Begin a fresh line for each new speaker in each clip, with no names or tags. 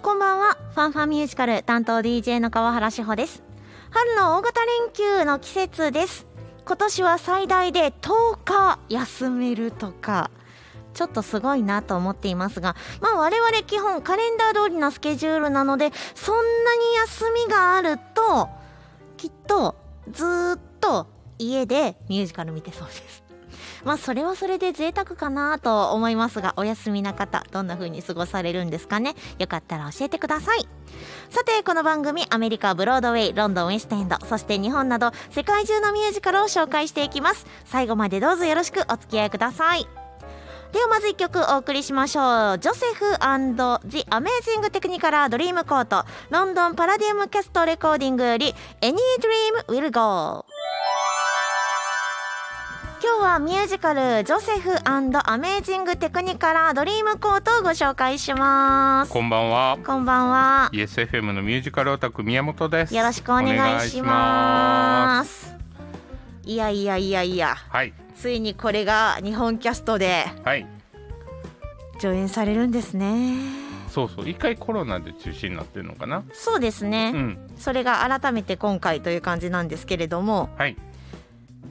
ァンファミュージカル担当 DJ の川原志保です春の大型連休の季節です今年は最大で10日休めるとかちょっとすごいなと思っていますが、まあ、我々基本カレンダー通りのスケジュールなのでそんなに休みがあるときっとずーっと家でミュージカル見てそうです。まあそれはそれで贅沢かなと思いますがお休みな方どんな風に過ごされるんですかねよかったら教えてくださいさてこの番組アメリカブロードウェイロンドンウェストエンドそして日本など世界中のミュージカルを紹介していきます最後までどうぞよろしくお付き合いくださいではまず1曲お送りしましょうジョセフジ・アメージング・テクニカラー・ドリームコートロンドンパラディウムキャストレコーディングより「Any Dream Will Go」今日はミュージカル「ジョセフアメージング・テクニカラー・ドリームコート」をご紹介します
こんばんは。
こんばんは
イエス FM のミュージカルオタク宮本です。
よろしくお願いします。いやいやいやいや、
す。はい
ついにこれが日本キャストで
はい。
上演されるんですね。
そうそう一回コロナで中止になってるのかな。
そうですね
う、ん
それが改めて今回という感じなんですけれども、
はい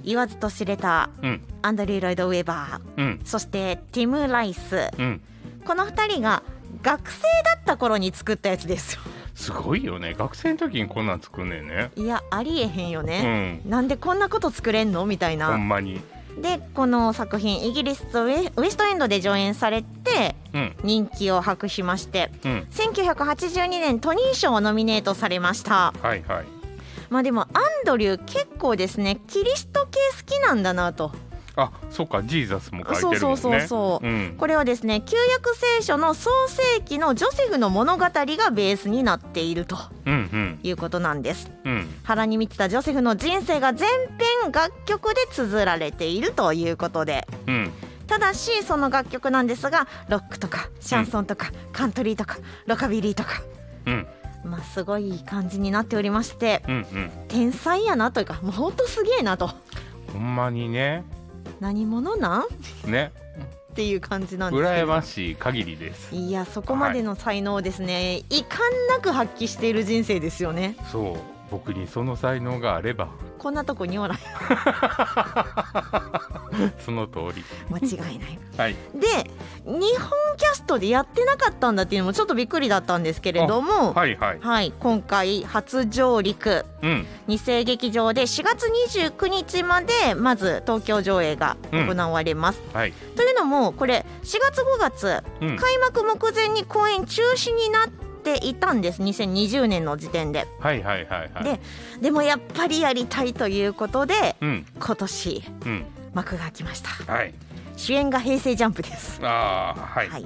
言わずと知れた
うん
アンドリュー・ロイド・ウェバー、
うん
そしてティム・ライス、
うん。
この2人が学生だった頃に作ったやつですよ。
すごいよね。学生の時にこんなん作んねんね。
いや、ありえへんよ
う
ね。
ん。
なんでこんなこと作れんのみたいな。
ほんまに。
でこの作品イギリスとウェウエストエンドで上演されて
うん
人気を博しまして
うん。
1982年トニー賞をノミネートされました
はいはい。
まあでもアンドリュー結構ですねキリスト系好きなんだなと
あそうかジーザスも書いてるもんね。
そうそうそうそう
うん。
これはですね旧約聖書の創世記のジョセフの物語がベースになっていると
うん
いうことなんです
うんうん。
腹に満ちたジョセフの人生が全編楽曲で綴られているということで
うん、
ただしその楽曲なんですがロックとかシャンソンとか、カントリーとかロカビリーとか、
うん、
まあ、すごいいい感じになっておりまして
うん、うん、
天才やなというかもうほんとすげえなと
ほんまにね、
何者なんっ
ね、
ていう感じなんですけ
羨
ど
ましい限りです。
いやそこまでの才能をですね、い、かんなく発揮している人生ですよね
そう、僕にその才能があれば、
こんなとこに おらん
その通り。
間違いない
はい、
で日本キャストでやってなかったんだっていうのもちょっとびっくりだったんですけれども
はい、はい、
はい、今回初上陸
うん、
二世劇場で4月29日までまず東京上映が行われます。
はい、
というのもこれ4月5月
うん、
開幕目前に公演中止になっていたんです2020年の時点で。
はい、はい、はい、はい。
ででもやっぱりやりたいということで
うん、
今年
うん、
幕が開きました
はい、
主演が平成ジャンプです。
ああ、はい、
はい、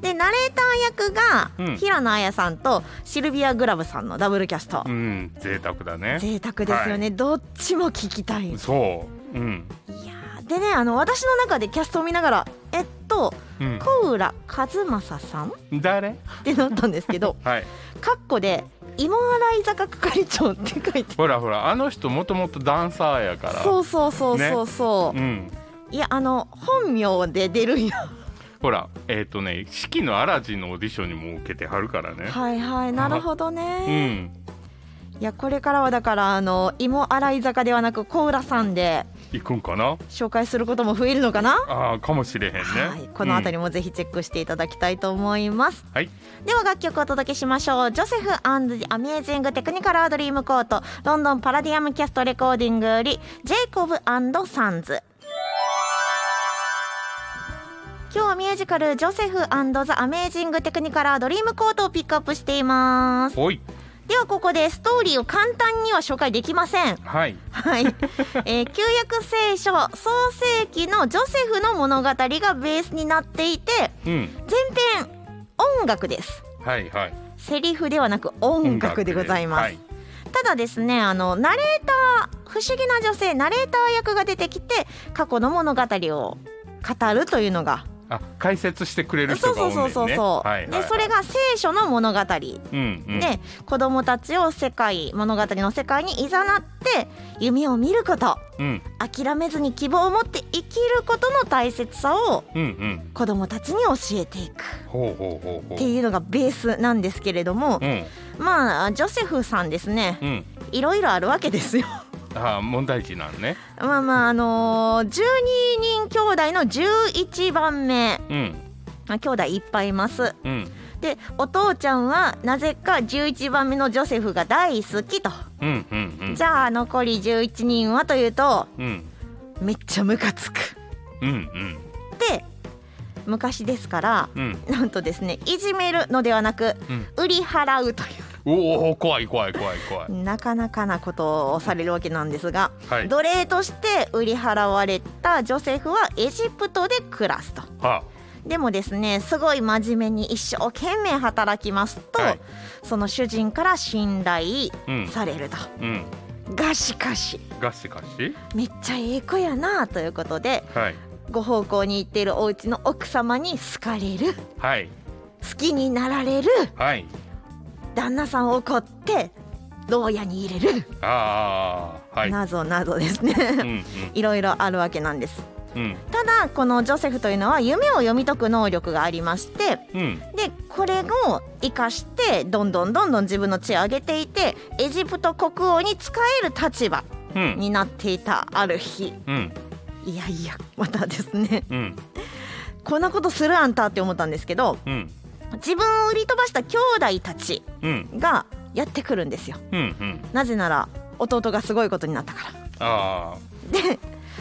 でナレーター役が
うん
平野綾さんとシルビア・グラブさんのダブルキャスト、
うん、贅沢だね。
贅沢ですよね、どっちも聞きたい
そう、うん、
いやーでねあの私の中でキャストを見ながらえっと
う
小浦和正さんっ
ん、誰。
てなったんですけ ど
はい、
カッコで「芋洗い坂係長」って書いて
ほらほら、あの人もともとダンサーやから。
そうそうそうそうそう、
うん、
いやあの本名で出るんや
ほら、えっ、とね、四季のアラジンのオーディションにも受けてはるからね。
はいはいなるほど
う
ね、
ん、
いやこれからはだからあの芋洗い坂ではなく小浦さんで
行くんかな。
紹介することも増えるのかな
ああ、かもしれへんね。
はい、このあたり
も、
もぜひチェックしていただきたいと思います、
はい
では楽曲をお届けしましょうジョセフアメージングテクニカルドリームコートロンドンパラディアムキャストレコーディングよりジェイコブサンズ今日はミュージカル「ジョセフザ・アメージング・テクニカラー・ドリームコート」をピックアップしています
おい、
ではここでストーリーを簡単には紹介できません
はい、
はい、えー旧約聖書創世記のジョセフの物語がベースになっていて
うん、
前編音楽です
はい、はい。
セリフではなく音楽でございます、
はい、
ただですねあのナレーター不思議な女性ナレーター役が出てきて過去の物語を語るというのが、
あ、解説してくれる
そ
人
う
が
そ
お
うんそうそう
ねんね
そう、
はい、はい。
でそれが聖書の物語
うん、うん、
で子供たちを世界物語の世界にいざなって夢を見ること
うん
諦めずに希望を持って生きることの大切さを
うんうん
子どもたちに教えていく
ほうほうほうほ
っ
う
ていうのがベースなんですけれども
うん
まあジョセフさんですね
うん
いろいろあるわけですよ。
ああ問題児なんね
まあまああのー、12人兄弟の11番目
うん
あ兄弟いっぱいいます
うん
でお父ちゃんはなぜか11番目のジョセフが大好きと、
うんうんうん
じゃあ残り11人はというと
うん
めっちゃムカつく
うんうん
で昔ですから
うん
なんとですねいじめるのではなく
うん
売り払うとい
おお怖い怖い怖い怖いう
なかなかなことをされるわけなんですが、
はい
奴隷として売り払われたジョセフはエジプトで暮らすと。
は
でもですねすごい真面目に一生懸命働きますと、
はい
その主人から信頼
うん
されると、
あうん
がしかし
ガシガシ
めっちゃええ子やなということで
はい
ご奉公に行っているお家の奥様に好かれる
はい
好きになられる
はい
旦那さんを怒って牢屋に入れる、
ああはい
謎謎ですね、
うんうん
いろいろあるわけなんです
うん
ただこのジョセフというのは夢を読み解く能力がありまして
うん
でこれを生かしてどんどんどんどん自分の地を上げていてエジプト国王に仕える立場
うん
になっていたある日
うん
いやいやまたですね
うん
こんなことするあんたって思ったんですけど
うん
自分を売り飛ばした兄弟たち
うん
がやってくるんですよ
うんうん
なぜなら弟がすごいことになったから
あ
で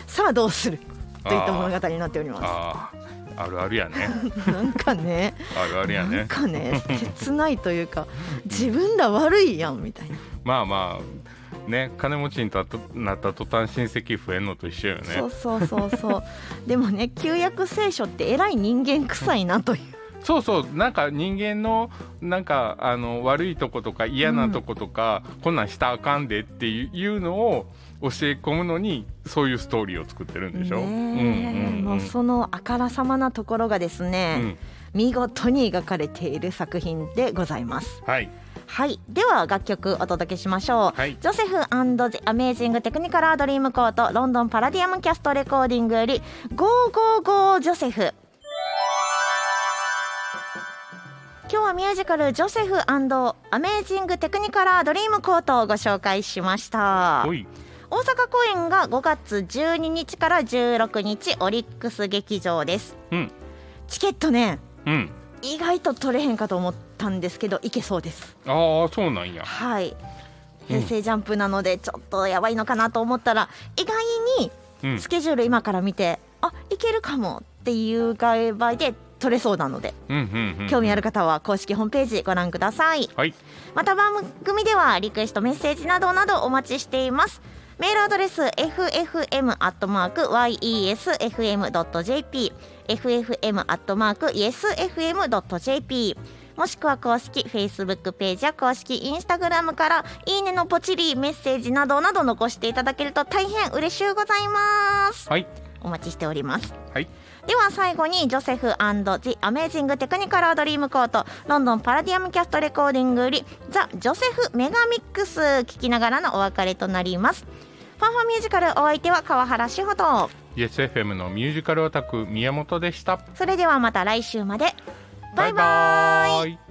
さあどうする
あ
といった物語になっており
あ
ま
あああるあるやね
すなんかね
あるあるや
なん
ね
か ね切ないというか自分ら悪いやんみたいな
まあまあね金持ちにたとなった途端親戚増えんのと一緒よね
そうそうそうそうでもね旧約聖書ってえらい人間臭いなという
そうそうなんか人間のなんかあの悪いとことか嫌なとことか、こんなんしたらあかんでっていうのを教え込むのにそういうストーリーを作ってるんでしょ。
ねえ
うんうんうん
もうそのあからさまなところがです
う
ね、
ん
見事に描かれている作品でございます
はい
はいでは楽曲お届けしましょう、
はい
ジョセフジ・アメージング・テクニカラードリームコートロンドンパラディアムキャストレコーディングより「555ジョセフ」今日はミュージカル「ジョセフアメージング・テクニカラードリームコート」をご紹介しました
おい
大阪公演が5月12日から16日オリックス劇場です
うん
チケットね
うん
意外と取れへんかと思ったんですけどいけそうです
ああそうなんや
はい
うん
平成ジャンプなのでちょっとやばいのかなと思ったら意外
うん
にスケジュール今から見て、あいけるかもっていう外売で取れそうなので、
うんうんうん
興味ある方は公式ホームページご覧ください
はい
また番組ではリクエストメッセージなどなどお待ちしていますメールアドレス ffm.yesfm.jp ffm.yesfm.jp もしくは公式 Facebook ページや公式 Instagram からいいねのポチリメッセージなどなど残していただけると大変嬉しゅうございます
はい
お待ちしております
はい
では最後にジョセフジ・アメージング・テクニカル・ドリームコートロンドンパラディアムキャストレコーディングよりザ・ジョセフ・メガミックス聞きながらのお別れとなりますファンファンミュージカルお相手は川原志穂と
YesFM のミュージカルオタク宮本でした
それではまた来週までバイバイ
バイバーイ